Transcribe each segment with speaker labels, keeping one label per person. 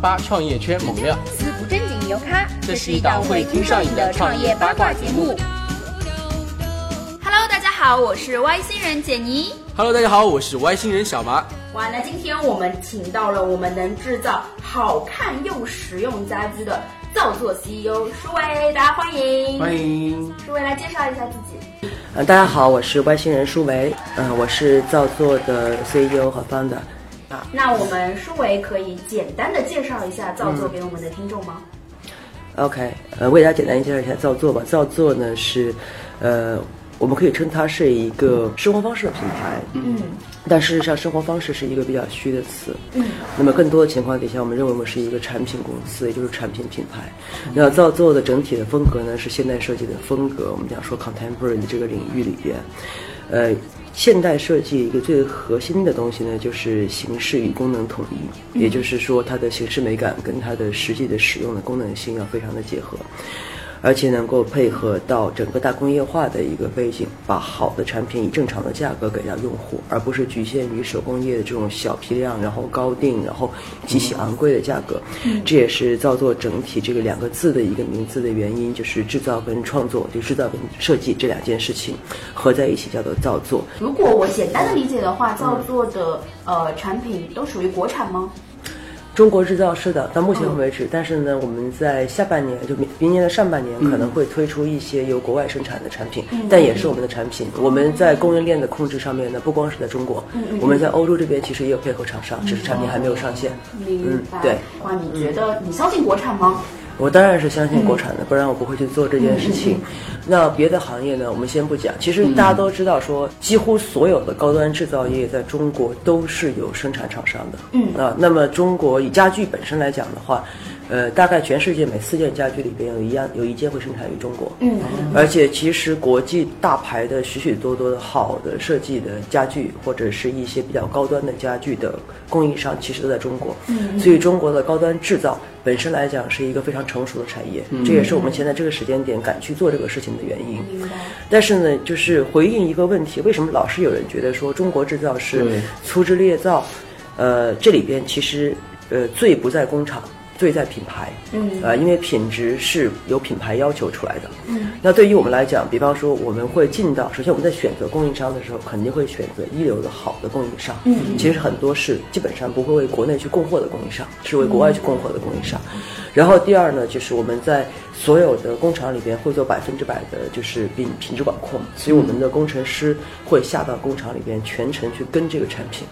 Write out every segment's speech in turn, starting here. Speaker 1: 八创业圈猛料，
Speaker 2: 丝不正经游咖，
Speaker 1: 这是一档会听上瘾的创业八卦节目。
Speaker 2: Hello，大家好，我是外星人简妮。
Speaker 1: Hello，大家好，我是外星人小麻。
Speaker 3: 哇，那今天我们请到了我们能制造好看又实用家居的造作 CEO 舒伟，大家欢迎。
Speaker 1: 欢迎。
Speaker 3: 舒伟来介绍一下自己。
Speaker 4: 嗯、大家好，我是外星人舒维，嗯、我是造作的 CEO 和 founder。啊
Speaker 3: 那我们舒伟可以简单的介绍一下造
Speaker 1: 嗯
Speaker 3: 作给我们的听众吗？
Speaker 4: OK，呃，为大家简单介绍一下造作吧。造作呢是，呃，我们可以称它是一个生活方式的品牌，
Speaker 3: 嗯
Speaker 4: 但事实上生活方式是一个比较虚的词。
Speaker 3: 嗯，
Speaker 4: 那么更多的情况底下，我们认为我们是一个产品公司，也就是产品品牌。那造作的整体的风格呢，是现代设计的风格。我们讲说 contemporary 的这个领域里边，呃，现代设计一个最核心的东西呢，就是形式与功能统一，也就是说它的形式美感跟它的实际的使用的功能性要非常的结合。而且能够配合到整个大工业化的一个背景，把好的产品以正常的价格给到用户，而不是局限于手工业的这种小批量，然后高定，然后极其昂贵的价格。这也是造作整体这个两个字的一个名字的原因，就是制造跟创作，就制造跟设计这两件事情合在一起叫做造作。
Speaker 3: 如果我简单的理解的话，造
Speaker 1: 嗯
Speaker 3: 作的呃产品都属于国产吗？
Speaker 4: 中国制造是的，到目前为
Speaker 3: 嗯
Speaker 4: 止，但是呢，我们在下半年，就明明年的上半年，可能会推出一些由国外生产的产品，
Speaker 3: 嗯
Speaker 4: 但也是我们的产品。我们在供应链的控制上面呢，不光是在中国，
Speaker 3: 嗯
Speaker 4: 我们在欧洲这边其实也有配合厂商，只是产品还没有上线。
Speaker 3: 明白。
Speaker 4: 嗯对
Speaker 3: 哇，你觉得你相信国产吗？
Speaker 4: 我当然是相信国
Speaker 3: 嗯
Speaker 4: 产的，不然我不会去做这件事情。那别的行业呢，我们先不讲。其实
Speaker 3: 嗯
Speaker 4: 大家都知道说，几乎所有的高端制造业在中国都是有生产厂商的。
Speaker 3: 嗯
Speaker 4: 啊，那么中国以家具本身来讲的话，呃，大概全世界每四件家具里边有一样有一件会生产于中国。
Speaker 3: 嗯，
Speaker 4: 而且其实国际大牌的许许多多的好的设计的家具，或者是一些比较高端的家具的供应商，其实都在中国。嗯，所以中国的高端制造本身来讲是一个非常成熟的产业，这也是我们现在这个时间点敢去做这个事情的原因。
Speaker 3: 明白。
Speaker 4: 但是呢，就是回应一个问题，为什么老是有人觉得说中国制造是
Speaker 1: 对
Speaker 4: 粗制劣造？呃，这里边其实呃罪不在工厂，罪在品牌。
Speaker 3: 嗯
Speaker 4: 呃，因为品质是由品牌要求出来的。嗯，那对于我们来讲，比方说我们会进到，首先我们在选择供应商的时候，肯定会选择一流的好的供应商。嗯，其实很多是基本上不会为国内去供货的供应商，是为国外去供货的供应商。然后第二呢，就是我们在所有的工厂里边会做百分之百的，就是品品质管控，所以我们的工程师会下到工厂里边全程去跟这个产品，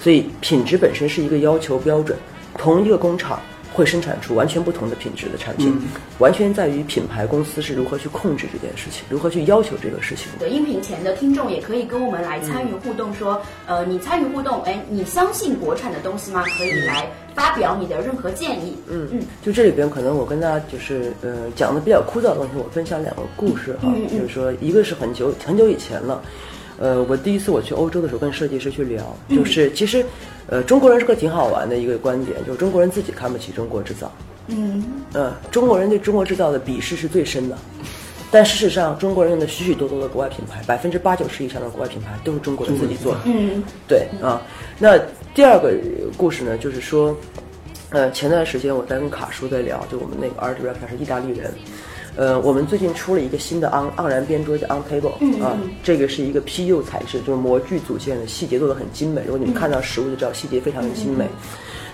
Speaker 4: 所以品质本身是一个要求标准。同一个工厂会生产出完全不同的品质的产品，完全在于品牌公司是如何去控制这件事情，如何去要求这个事情
Speaker 3: 的
Speaker 4: 的。
Speaker 3: 音频前的听众也可以跟我们来参与互动说，呃，你参与互动，哎，你相信国产的东西吗？可以来发表你的任何建议。嗯嗯，
Speaker 4: 就这里边，可能我跟大家就是呃讲的比较枯燥的东西，我分享两个故事哈，就是说一个是很久很久以前了。呃，我第一次我去欧洲的时候，跟设计师去聊，就是其实，呃，中国人是个挺好玩的一个观点，就是中国人自己看不起中国制造，呃，中国人对中国制造的鄙视是最深的，但事实上，中国人用的许许多多的国外品牌，百分之八九十以上的国外品牌都是中国人自己做的。嗯，对啊。那第二个故事呢，就是说，呃，前段时间我在跟卡叔在聊，就我们那个 art director 是意大利人。呃，我们最近出了一个新的昂昂然边桌，叫 On Table，啊，这个是一个 PU 材质，就是模具组件的，细节做的很精美。如果你们看到实物就知道细节非常的精美。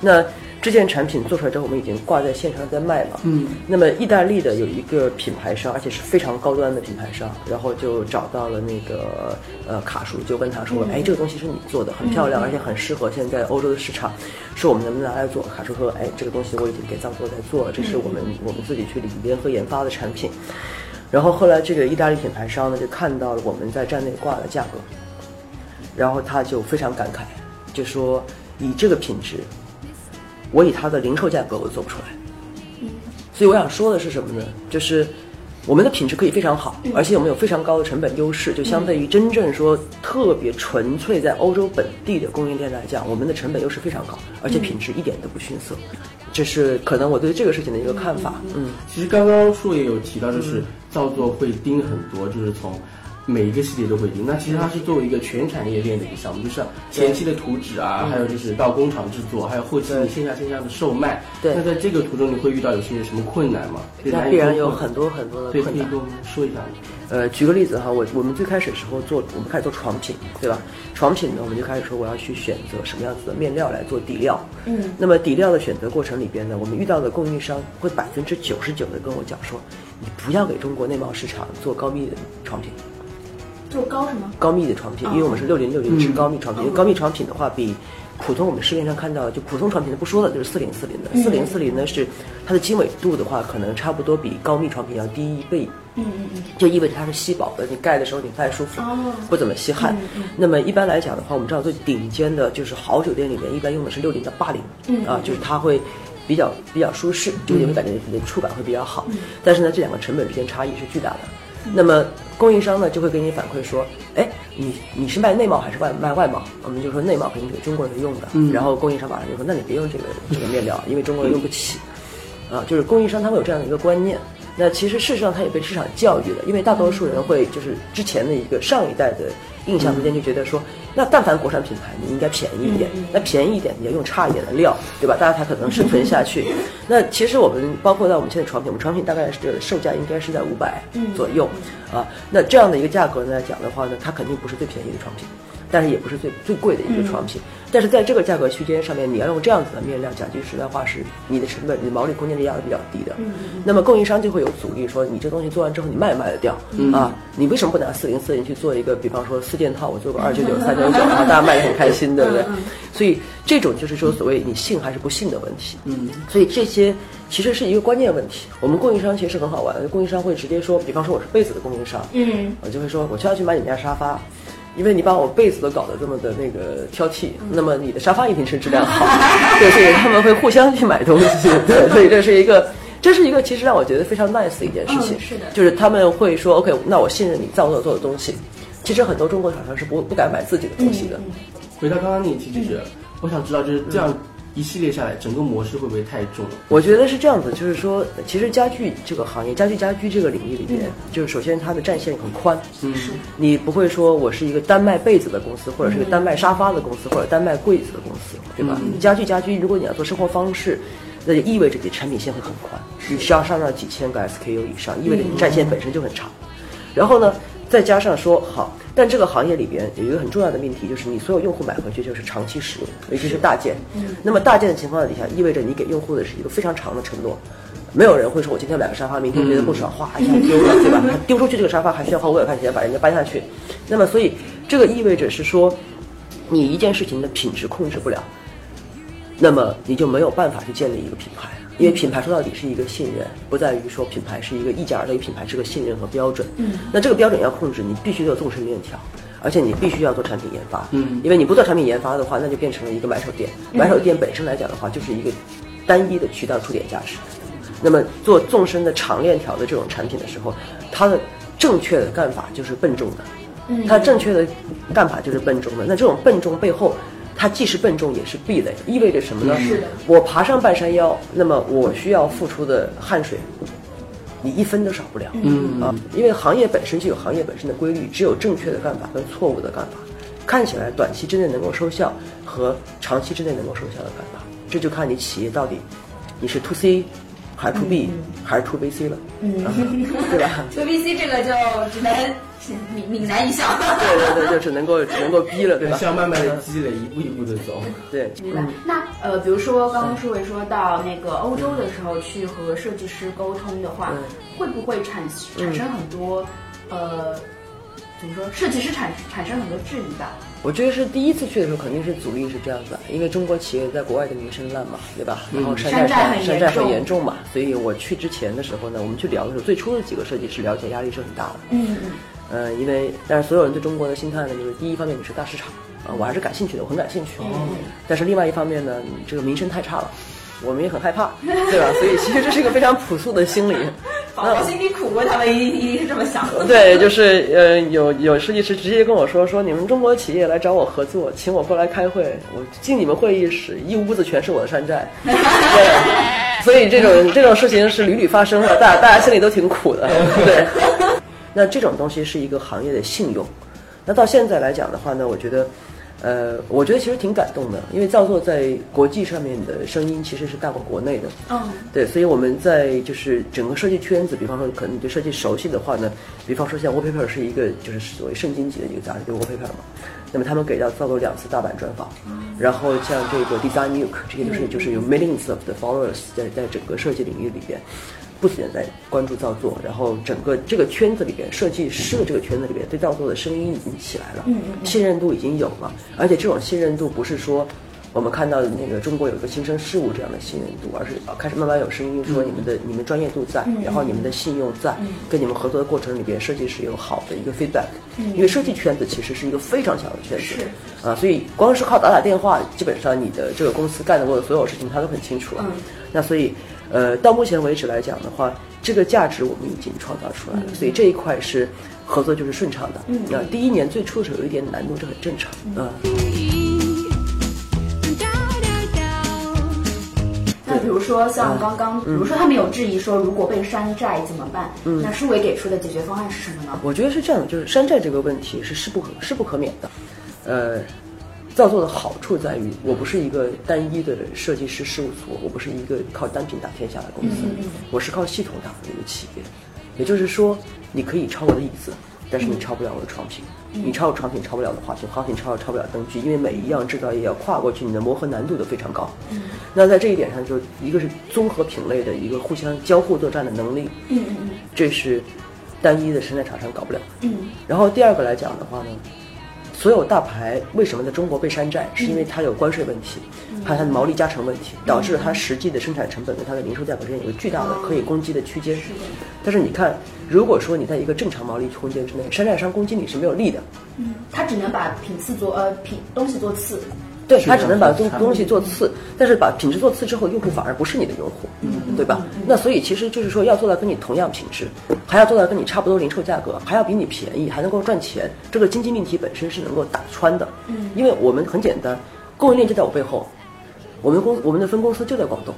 Speaker 4: 那这件产品做出来之后，我们已经挂在线上在卖了。嗯，那么意大利的有一个品牌商，而且是非常高端的品牌商，然后就找到了那个呃卡叔，就跟他说，哎，这个东西是你做的，很漂亮，而且很适合现在欧洲的市场，说我们能不能拿来做？卡叔说，哎，这个东西我已经给藏作在做了，这是我们、我们自己去里边和研发的产品。然后后来这个意大利品牌商呢，就看到了我们在站内挂的价格，然后他就非常感慨，就说以这个品质，我以它的零售价格我做不出来。所以我想说的是什么呢？就是我们的品质可以非常好，而且我们有非常高的成本优势，就相对于真正说特别纯粹在欧洲本地的供应链来讲，我们的成本优势非常高，而且品质一点都不逊色。这是可能我对这个事情的一个看法。嗯，
Speaker 1: 嗯其实刚刚树也有提到，就是造作会盯很多，就是从每一个细节都会定。那其实它是作为一个全产业链的一个项目，就像前期的图纸啊，还有就是到工厂制作，还有后期你线下线下的售卖。
Speaker 4: 对
Speaker 1: 那在这个途中你会遇到有些什么困难吗？
Speaker 4: 那必然有很多很多的
Speaker 1: 对，可
Speaker 4: 困
Speaker 1: 以
Speaker 4: 难
Speaker 1: 跟。我们说一下吗？
Speaker 4: 呃，举个例子哈，我我们最开始的时候做，我们开始做床品，对吧？床品呢，我们就开始说我要去选择什么样子的面料来做底料。嗯，那么底料的选择过程里边呢，我们遇到的供应商会百分之九十九的跟我讲说，你不要给中国内贸市场做高密的床品。
Speaker 3: 做高什么？
Speaker 4: 高密的床品，因为我们是六零六零是高密床品，因为高密床品的话比。普通我们市面上看到的，就普通床品的不说了，就是四零四零的，四零四零呢是它的经纬度的话，可能差不多比高密床品要低一倍，嗯嗯哦嗯，就意味着它是吸饱的，你盖的时候你不太舒服，不怎么吸汗。那么一般来讲的话，我们知道最顶尖的就是好酒店里面一般用的是六零到八零，嗯啊，就是它会比较比较舒适，就你会感觉你的触感会比较好。但是呢，这两个成本之间差异是巨大的。那么供应商呢就会给你反馈说，哎，你你是卖内贸还是卖卖外贸？我们就说内贸肯定是给中国人用的，然后供应商马上就说，那你别用这个这个面料，因为中国人用不起。啊，就是供应商他会有这样的一个观念。那其实事实上他也被市场教育了，因为大多数人会就是之前的一个上一代的印象之间就觉得说，那但凡国产品牌你应该便宜一点，那便宜一点你要用差一点的料，对吧？大家才可能生存下去。 那其实我们包括到我们现在床品，我们床品大概是售价应该是在五百左右、啊。那这样的一个价格呢来讲的话呢，它肯定不是最便宜的床品。但是也不是最最贵的一个床品。但是在这个价格区间上面，你要用这样子的面料，讲句实在话，是你的成本、你的毛利空间是压的比较低的。那么供应商就会有阻力，说你这东西做完之后，你卖不卖得掉、啊？你为什么不拿四零四零去做一个，比方说四件套，我做个二九九、三九九，然后大家卖的很开心，对不对？所以这种就是说所谓你信还是不信的问题。嗯，所以这些其实是一个关键问题。我们供应商其实很好玩，供应商会直接说，比方说我是被子的供应商，
Speaker 3: 嗯，
Speaker 4: 我就会说，我就要去买你们家沙发，因为你把我被子都搞得这么的那个挑剔，
Speaker 3: 嗯
Speaker 4: 那么你的沙发一定是质 量好，对，所以他们会互相去买东西，对，所以这是一个。这是一个其实让我觉得非常 nice 的一件事情，
Speaker 3: 嗯是的
Speaker 4: 就是他们会说 OK，那我信任你造作做的东西。其实很多中国厂商是不不敢买自己的东西
Speaker 3: 嗯
Speaker 4: 的，
Speaker 1: 回到刚刚那一题，就是我想知道，就是这样一系列下来，整个模式会不会太重了？
Speaker 4: 我觉得是这样子，就是说，其实家具这个行业，家具家居这个领域里边，就是首先它的战线很宽，嗯，你不会说我是一个单卖被子的公司，或者是个单卖沙发的公司，或者单卖柜子的公司，对吧？你家具家居，如果你要做生活方式，那就意味着你产品线会很宽，你需要上到几千个 SKU 以上，意味着你战线本身就很长。然后呢，再加上说好，但这个行业里边有一个很重要的命题，就是你所有用户买回去就是长期使用，尤其是大件。那么大件的情况底下，意味着你给用户的是一个非常长的承诺。没有人会说我今天买个沙发，明天觉得不爽，哗一下丢了，对吧？他丢出去这个沙发还需要花五百块钱把人家搬下去。那么，所以这个意味着是说，你一件事情的品质控制不了，那么你就没有办法去建立一个品牌，啊因为品牌说到底是一个信任，不在于说品牌是一个一家而类品牌是个信任和标准。嗯，那这个标准要控制，你必须要纵深链条。而且你必须要做产品研发，嗯，因为你不做产品研发的话，那就变成了一个买手店。买手店本身来讲的话，就是一个单一的渠道出点价值。那么做纵深的长链条的这种产品的时候，它的正确的干法就是笨重的，它正确的干法就是笨重的。那这种笨重背后，它既是笨重也是壁垒，意味着什么呢？嗯是的，我爬上半山腰，那么我需要付出的汗水。你一分都少不了，嗯啊，因为行业本身就有行业本身的规律，只有正确的干法跟错误的干法，看起来短期之内能够收效和长期之内能够收效的干法，这就看你企业到底你是 to C 还是 to B、还是 to VC 了，嗯、对吧？
Speaker 3: to B C 这个就只能闽闽南一笑。
Speaker 4: 对对对，就只能够只能够逼了，对吧
Speaker 1: 是？要慢慢的积累，一步一步的走。
Speaker 4: 对，
Speaker 3: 明白。 那呃，比如说刚刚舒伟说到那个欧洲的时候，去和设计师沟通的话，会不会产产生很多、呃，怎么说？设计师产产生很多质疑吧？
Speaker 4: 我觉得是第一次去的时候，肯定是阻力是这样子的，因为中国企业在国外的名声烂嘛，对吧？然后山寨
Speaker 3: 山寨很
Speaker 4: 山寨
Speaker 3: 严重
Speaker 4: 很严重嘛，所以我去之前的时候呢，我们去聊的时候，最初的几个设计师了解压力是很大的。
Speaker 3: 嗯
Speaker 4: 呃，因为但是所有人对中国的心态呢，就是第一方面你是大市场啊、我还是感兴趣的，我很感兴趣。但是另外一方面呢，你这个名声太差了，我们也很害怕，对吧？所以其实这是一个非常朴素的心理。
Speaker 3: 宝宝心里苦过，他们一 定一定是这么想的。
Speaker 4: 对，就是呃，有有设计师直接跟我说说，你们中国企业来找我合作，请我过来开会，我进你们会议室，一屋子全是我的山寨。对，所以这种这种事情是屡屡发生的，大家大家心里都挺苦的。对，那这种东西是一个行业的信用。那到现在来讲的话呢，我觉得，呃，我觉得其实挺感动的，因为造作在国际上面的声音其实是大过国内的。
Speaker 3: 嗯，
Speaker 4: 对，所以我们在就是整个设计圈子，比方说可能你对设计熟悉的话呢，比方说像 Wallpaper 是一个就是所谓圣经级的一个杂志，就是 Wallpaper 嘛。那么他们给到造作两次大版专访，然后像这个 Design Nuke 这些都是就是有 millions of the followers 在在整个设计领域里边，不仅在关注造作，然后整个这个圈子里边，设计师的这个圈子里边对造作的声音已经起来了，信任度已经有了，而且这种信任度不是说我们看到那个中国有一个新生事物这样的信任度，而是呃开始慢慢有声音说你们的、你们专业度在，然后你们的信用在，跟你们合作的过程里边，设计师有好的一个 feedback，、因为设计圈子其实是一个非常小的圈子，啊，所以光嗯是靠打打电话，基本上你的这个公司干的过的所有事情他都很清楚了。那所以，呃，到目前为止来讲的话，这个价值我们已经创造出来了，所以这一块是合作就是顺畅的。嗯，那第一年最初的时候有一点难度，这很正常。嗯
Speaker 3: 那比如说像刚刚，比
Speaker 4: 嗯
Speaker 3: 如说他们有质疑说，如果被山寨怎么办？那舒伟给出的解决方案是什么呢？
Speaker 4: 我觉得是这样的，就是山寨这个问题是势不可势不可免的。呃，造作的好处在于，我不是一个单一的设计师事务所，我不是一个靠单品打天下的公司，
Speaker 3: 嗯
Speaker 4: 我是靠系统打的一个企业。也就是说，你可以抄我的椅子，但
Speaker 3: 嗯
Speaker 4: 是你抄不了我的床品。你抄我床品抄不了我的花瓶，花瓶抄我抄不了灯具，因为每一样制造业要跨过去，你的磨合难度都非常高。
Speaker 3: 嗯
Speaker 4: 那在这一点上，就一个是综合品类的一个互相交互作战的能力，
Speaker 3: 嗯嗯
Speaker 4: 这是单一的生产厂商搞不了。
Speaker 3: 嗯
Speaker 4: 然后第二个来讲的话呢，所有大牌为什么在中国被山寨，是因为它有关税问题，还有它的毛利加成问题，导致了它实际的生产成本跟它的零售价格之间有个巨大的可以攻击的区间。但嗯是你看，如果说你在一个正常毛利空间之内，山寨商攻击你是没有利的，
Speaker 3: 嗯，他只能把品次做呃品东西做次。
Speaker 4: 对，
Speaker 1: 是
Speaker 4: 它
Speaker 1: 这
Speaker 4: 只
Speaker 1: 样
Speaker 4: 能把
Speaker 1: 子
Speaker 4: 东
Speaker 1: 差不
Speaker 4: 东西做次，但是把品质做次之后，用户反而不是你的用户，对吧？那所以其实就是说，要做到跟你同样品质，还要做到跟你差不多零售价格，还要比你便宜，还能够赚钱，这个经济命题本身是能够打穿的。因为我们很简单，供应链就在我背后，我们公我们的分公司就在广东。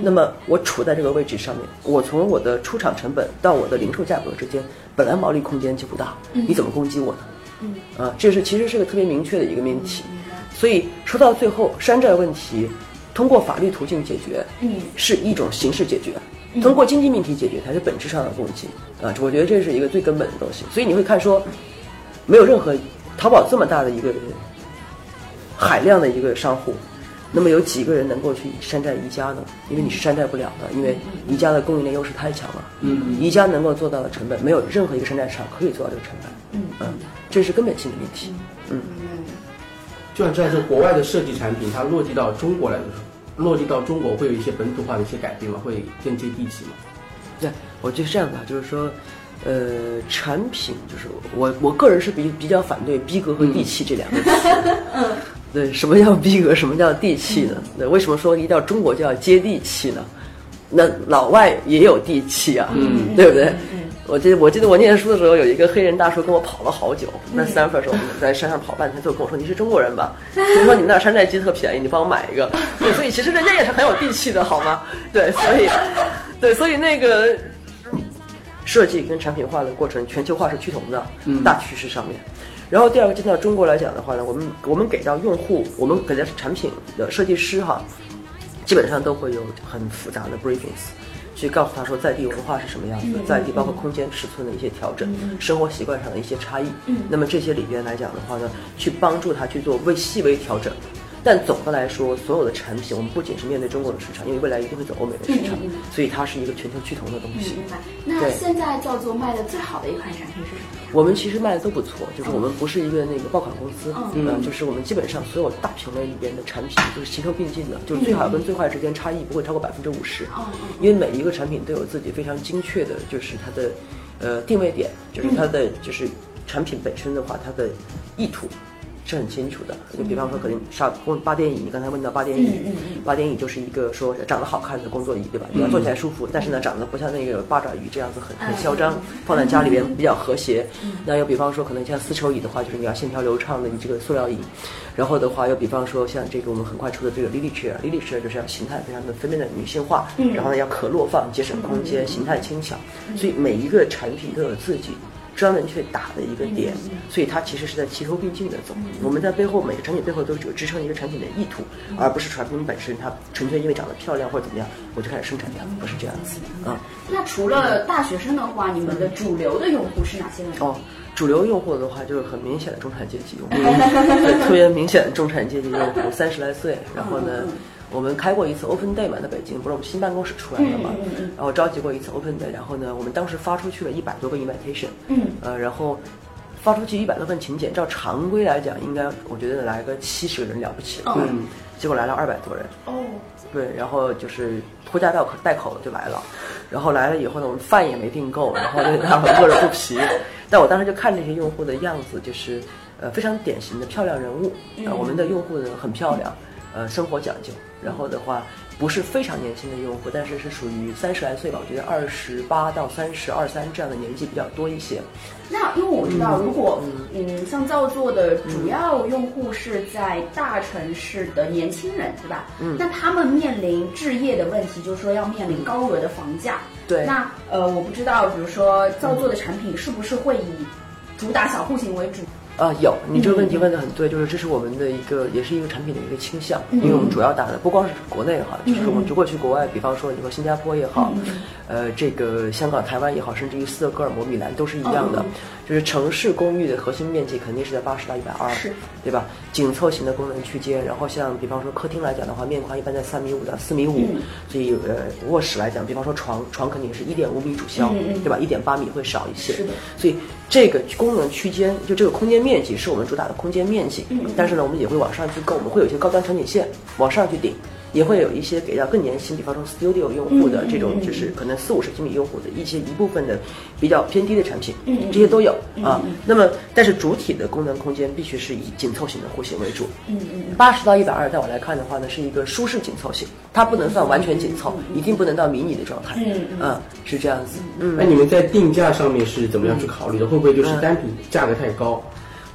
Speaker 4: 那么我处在这个位置上面，我从我的出厂成本到我的零售价格之间，本来毛利空间就不大，你怎么攻击我呢？啊，这是其实是个特别明确的一个命题。所以说到最后，山寨问题通过法律途径解决，
Speaker 3: 嗯，
Speaker 4: 是一种形式解决；通过经济命题解决才是本质上的东西。啊，我觉得这是一个最根本的东西。所以你会看说，没有任何淘宝这么大的一个海量的一个商户。那么有几个人能够去山寨宜家呢？因为你是山寨不了的，因为宜家的供应链优势太强了。嗯，宜家能够做到的成本，没有任何一个山寨厂可以做到这个成本。嗯嗯，这是根本性的问题。
Speaker 1: 就像这样，就国外的设计产品，它落地到中国来的时候，落地到中国会有一些本土化的一些改变嘛，会更接地气嘛。
Speaker 4: 对，我觉得是这样的，啊就是说，呃，产品就是我我个人是比比较反对逼格和地气这两个词。对，什么叫逼格？什 么叫地气呢？对，为什么说一到中国就要接地气呢？那老外也有地气啊，嗯，对不对？我记得我记得我念书的时候，有一个黑人大叔跟我跑了好久。那三分时候我们在山上跑半天，最后跟我说：“你是中国人吧？”我说：“你们那儿山寨机特便宜，你帮我买一个。”对，所以其实人家也是很有地气的，好吗？对，所以，对，所以那个设计跟产品化的过程，全球化是趋同的，大趋势上面。然后第二个，进到中国来讲的话呢，我们我们给到用户，我们给到产品的设计师哈，基本上都会有很复杂的 briefings，去告诉他说在地文化是什么样子，在地包括空间尺寸的一些调整，生活习惯上的一些差异。那么这些里边来讲的话呢，去帮助他去做微细微调整。但总的来说，所有的产品，我们不仅是面对中国的市场，因为未来一定会走欧美的市场，所以它是一个全球趋同的东西。
Speaker 3: 明白。那
Speaker 4: 对
Speaker 3: 现在叫做卖的最好的一款产品是什么呀？
Speaker 4: 我们其实卖的都不错，就是我们不是一个那个爆款公司，
Speaker 3: 嗯
Speaker 4: 呃就是我们基本上所有大品类里边的产品就是齐头并进的，就是最好跟最坏之间差异不会超过百分之五十
Speaker 3: 嗯，
Speaker 4: 因为每一个产品都有自己非常精确的，就是它的呃定位点，就是它的
Speaker 3: 嗯
Speaker 4: 就是产品本身的话，它的意图。是很清楚的，就比方说，可能像问八点椅，你刚才问到
Speaker 3: 嗯
Speaker 4: 八点椅，八点椅就是一个说长得好看的工作椅，对吧？你要坐起来舒
Speaker 3: 嗯
Speaker 4: 服，但是呢，长得不像那个八爪鱼这样子很很嚣张，放在家里边比较和谐。那又比方说，可能像丝绸椅的话，就是你要线条流畅的你这个塑料椅，然后的话，又比方说像这个我们很快出的这个 Lily Chair，Lily Chair 就是要形态非常的分辨的女性化，然后呢要可落放，节省空间，形态轻巧，所以每一个产品都有自己专门去打的一个点，所以它其实是在齐头并进的走。我们在背后每个产品背后都是有支撑一个产品的意图，而不是产品本身它纯粹因为长得漂亮或者怎么样，我就开始生产它，不是这样子啊。
Speaker 3: 那除了大学生的话，你们的主流的用户是哪些人？
Speaker 4: 嗯哦，主流用户的话就是很明显的中产阶级用户，对特别明显的中产阶级用户，三十来岁。然后呢，我们开过一次 Open Day 嘛，在北京，不是我们新办公室出来的嘛，然后召集过一次 Open Day，然后呢，我们当时发出去了一百多个 invitation，嗯，呃，然后。发出去一百多份请柬，照常规来讲，应该我觉得来个七十个人了不起了，嗯，结果来了二百多人，
Speaker 3: 哦，
Speaker 4: 对，然然后就是拖家带口带口的就来了，然后来了以后呢，我们饭也没订够，然后就让我们饿着肚皮。 但我当时就看这些用户的样子，就是呃非常典型的漂亮人物啊、我们的用户呢很漂亮，呃生活讲究，然后的话不是非常年轻的用户，但是是属于三十来岁吧，我觉得二十八到三十二三这样的年纪比较多一些。
Speaker 3: 那因为我知道，如果嗯，像造作的主要用户是在大城市的年轻人，对吧？嗯，那他们面临置业的问题，就是说要面临高额的房价。
Speaker 4: 对
Speaker 3: 那呃，我不知道，比如说造作的产品是不是会以主打小户型为主？
Speaker 4: 啊，有，你这个问题问的很对，就是这是我们的一个，也是一个产品的一个倾向，因为我们主要打的不光是国内哈，就是我们如果去国外，比方说你说新加坡也好，呃，这个香港、台湾也好，甚至于斯德哥尔摩、米兰都是一样的，就是城市公寓的核心面积肯定是在八十到一百二
Speaker 3: 是，
Speaker 4: 对吧？紧凑型的功能区间，然后像比方说客厅来讲的话，面宽一般在三米五到四米五，所以呃，卧室来讲，比方说床床肯定是一点五米主销，对吧？一点八米会少一些，
Speaker 3: 是的
Speaker 4: 所以这个功能区间，就这个空间面积是我们主打的空间面积，但是呢，我们也会往上去够，我们会有一些高端产品线往上去顶，也会有一些给到更年轻，比方说 studio 用户的这种，就是可能四五十平米用户的一些一部分的比较偏低的产品，这些都有啊。那么，但是主体的功能空间必须是以紧凑型的户型为主。嗯嗯，八十到一百二，在我来看的话呢，是一个舒适紧凑型，它不能算完全紧凑，一定不能到迷你的状态。嗯嗯，是这样子。嗯。
Speaker 1: 那你们在定价上面是怎么样去考
Speaker 3: 嗯
Speaker 1: 虑的？会不会就是单品价格太高？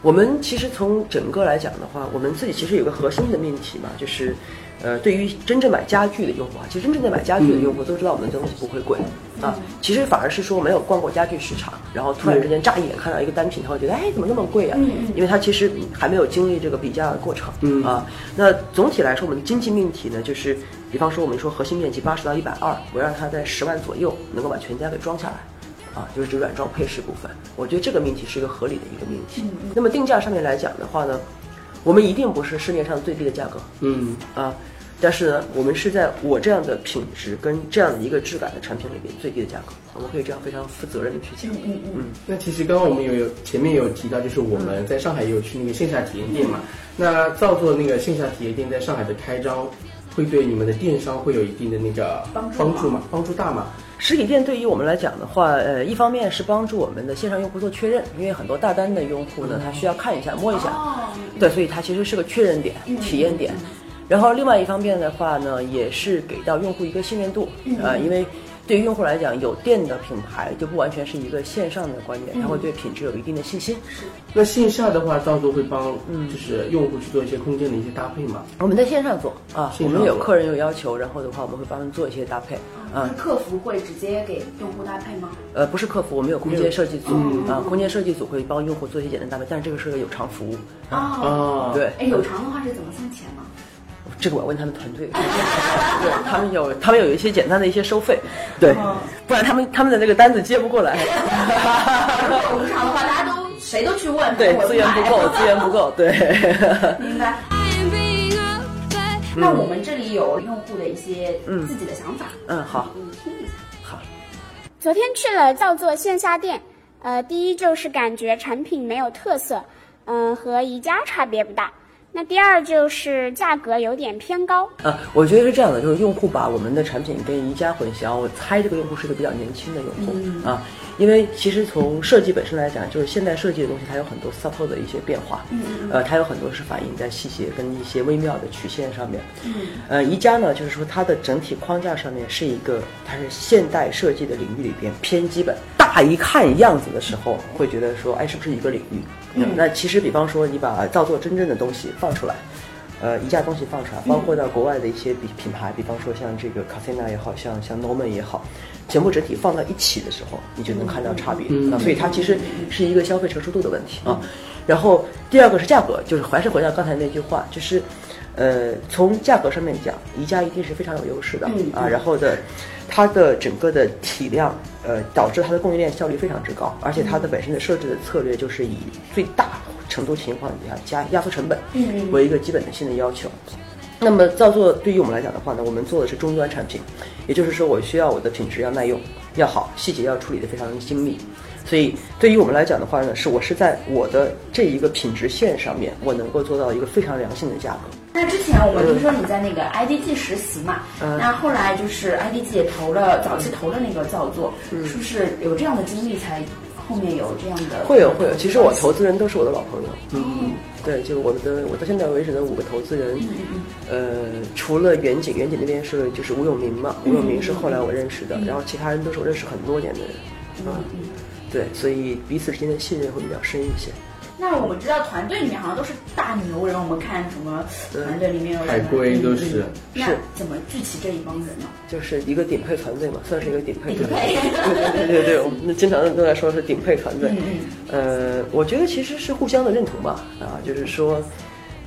Speaker 4: 我们其实从整个来讲的话，我们自己其实有个核心的命题嘛，就是，呃，对于真正买家具的用户啊，其实真正在买家具的用户都知道我们的东西不会贵啊，其实反而是说没有逛过家具市场，然后突然之间乍一眼看到一个单品，他会觉得哎怎么那么贵啊？因为他其实还没有经历这个比价的过程啊。那总体来说，我们的经济命题呢，就是比方说我们说核心面积八十到一百二，我让它在十万左右能够把全家给装下来。啊，就是指软装配饰部分。我觉得这个命题是一个合理的一个命题。那么定价上面来讲的话呢，我们一定不是市面上最低的价格，
Speaker 1: 嗯，
Speaker 4: 啊，但是呢，我们是在我这样的品质跟这样的一个质感的产品里面最低的价格，我们可以这样非常负责任的去讲。
Speaker 1: 那其实刚刚我们有有前面有提到，就是我们在上海也有去那个线下体验店嘛。那造作那个线下体验店在上海的开张，会对你们的电商会有一定的那个
Speaker 3: 帮助
Speaker 1: 帮
Speaker 3: 吗
Speaker 1: 助吗？帮助大吗？
Speaker 4: 实体店对于我们来讲的话，呃，一方面是帮助我们的线上用户做确认，因为很多大单的用户呢，他需要看一下、摸一下，
Speaker 3: 哦
Speaker 4: 对，所以它其实是个确认点、体验点。然后另外一方面的话呢，也是给到用户一个信任度，啊、因为。对于用户来讲，有店的品牌就不完全是一个线上的观点，他会对品质有一定的信心。
Speaker 1: 那线下的话，造作会帮就是用户去做一些空间的一些搭配嘛？
Speaker 4: 我们在线上做啊，我
Speaker 1: 线上
Speaker 4: 们有
Speaker 1: 做
Speaker 4: 客人有要求，然后的话我们会帮他们做一些搭配
Speaker 3: 那
Speaker 4: 啊。
Speaker 3: 客服会直接给用户搭配吗？
Speaker 4: 呃，不是客服，我们有空间设计组啊，空间设计组会帮用户做一些简单搭配，但是这个是个有偿服务。
Speaker 1: 啊，
Speaker 3: 哦，
Speaker 4: 对，
Speaker 3: 哎，有偿的话是怎么算钱 吗？
Speaker 4: 这个我要问他们团队，对他们有他们有一些简单的一些收费，对，不然他们他们的那个单子接不过来，
Speaker 3: 无偿的话，大家都谁都去问，哎
Speaker 4: 对
Speaker 3: 我，
Speaker 4: 资源不
Speaker 3: 买
Speaker 4: 够，资源不够，对。
Speaker 3: 明白。那我们这里有用户的一些自己的想法，
Speaker 4: 嗯好
Speaker 3: 你听一下。
Speaker 5: 昨天去了造作线下店，呃，第一就是感觉产品没有特色，嗯、和宜家差别不大。那第二就是价格有点偏高，
Speaker 4: 啊，我觉得是这样的，就是用户把我们的产品跟宜家混淆，我猜这个用户是个比较年轻的用户、啊，因为其实从设计本身来讲，就是现代设计的东西，它有很多 subtle 的一些变化，呃，它有很多是反映在细节跟一些微妙的曲线上面，呃，宜家呢，就是说它的整体框架上面是一个，它是现代设计的领域里边偏基本，大一看样子的时候会觉得说，哎，是不是一个领域？那其实比方说你把造作真正的东西放出来。呃一架东西放出来，包括到国外的一些比品牌，比方说像这个 Casina 也好像像 Norman 也好，全部整体放到一起的时候，你就能看到差别、啊。所以它其实是一个消费成熟度的问题啊。然后第二个是价格，就是还是回到刚才那句话，就是。呃，从价格上面讲，宜家一定是非常有优势的、啊。然后的，它的整个的体量，呃，导致它的供应链效率非常之高，而且它的本身的设置的策略就是以最大程度情况底下加压缩成本为一个基本的性的要求。那么造作对于我们来讲的话呢，我们做的是终端产品，也就是说，我需要我的品质要耐用，要好，细节要处理的非常精密。所以对于我们来讲的话呢，是我是在我的这一个品质线上面，我能够做到一个非常良性的价格。
Speaker 3: 那之前我听说你在那个
Speaker 4: 嗯
Speaker 3: IDG 实习嘛，那后来就是 IDG 也投了，早期投了那个造作，
Speaker 4: 嗯
Speaker 3: 是不是有这样的经历才后面有这样的？嗯
Speaker 4: 会有会有，其实我投资人都是我的老朋友。嗯，对，就是我的，我到现在为止的五个投资人，呃，除了远景，远景那边是就是吴永明嘛，吴永明是后来我认识的，然后其他人都是我认识很多年的人。嗯，对，所以彼此之间的信任会比较深一些。
Speaker 3: 那我们知道团队里面好像都是大牛人，我们看什么团队里面有嗯
Speaker 1: 海归都是
Speaker 3: 那
Speaker 4: 嗯是
Speaker 3: 怎么聚齐这一帮人呢？
Speaker 4: 就是一个顶配团队嘛，算是一个顶配团队。
Speaker 3: 对
Speaker 4: 对对对，我们经常都在说是顶配团队。呃，我觉得其实是互相的认同吧，啊，就是说，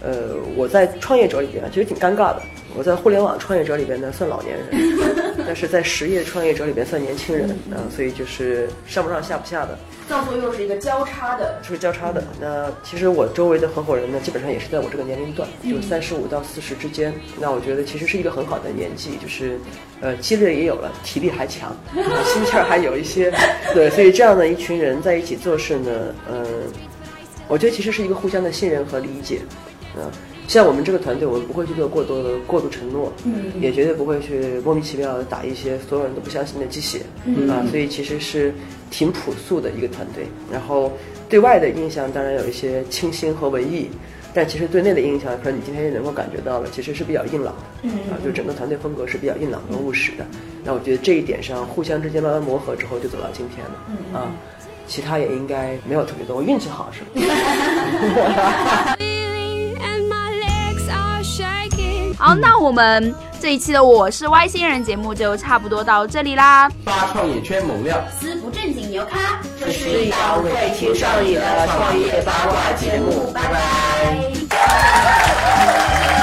Speaker 4: 呃，我在创业者里边其实挺尴尬的，我在互联网创业者里边呢算老年 人，但是在实业创业者里边算年轻人啊，所以就是上不上下不下的，
Speaker 3: 造作又是一个交叉的，
Speaker 4: 是交叉的。那其实我周围的合伙人呢，基本上也是在我这个年龄段，就三十五到四十之间。那我觉得其实是一个很好的年纪，就是，呃，积累也有了，体力还强，心气儿还有一些。对，所以这样的一群人在一起做事呢，呃，我觉得其实是一个互相的信任和理解。嗯、像我们这个团队，我们不会去做过多的过度承诺，嗯，也绝对不会去莫名其妙的打一些所有人都不相信的鸡血，嗯啊，所以其实是挺朴素的一个团队。然后对外的印象当然有一些清新和文艺，但其实对内的印象，可能你今天也能够感觉到了，其实是比较硬朗的，嗯啊，就整个团队风格是比较硬朗和务实的。那我觉得这一点上，互相之间慢慢磨合之后，就走到今天了，嗯啊。其他也应该没有特别多，我运气好是吧？
Speaker 6: feeling and my legs are shaking.
Speaker 2: 好，那我们这一期的《我是外星人》节目就差不多到这里啦。
Speaker 1: 发创业圈猛料。
Speaker 3: 丝不正经牛咖，这是
Speaker 4: 一档为青少年的创业八卦节目
Speaker 3: 拜拜。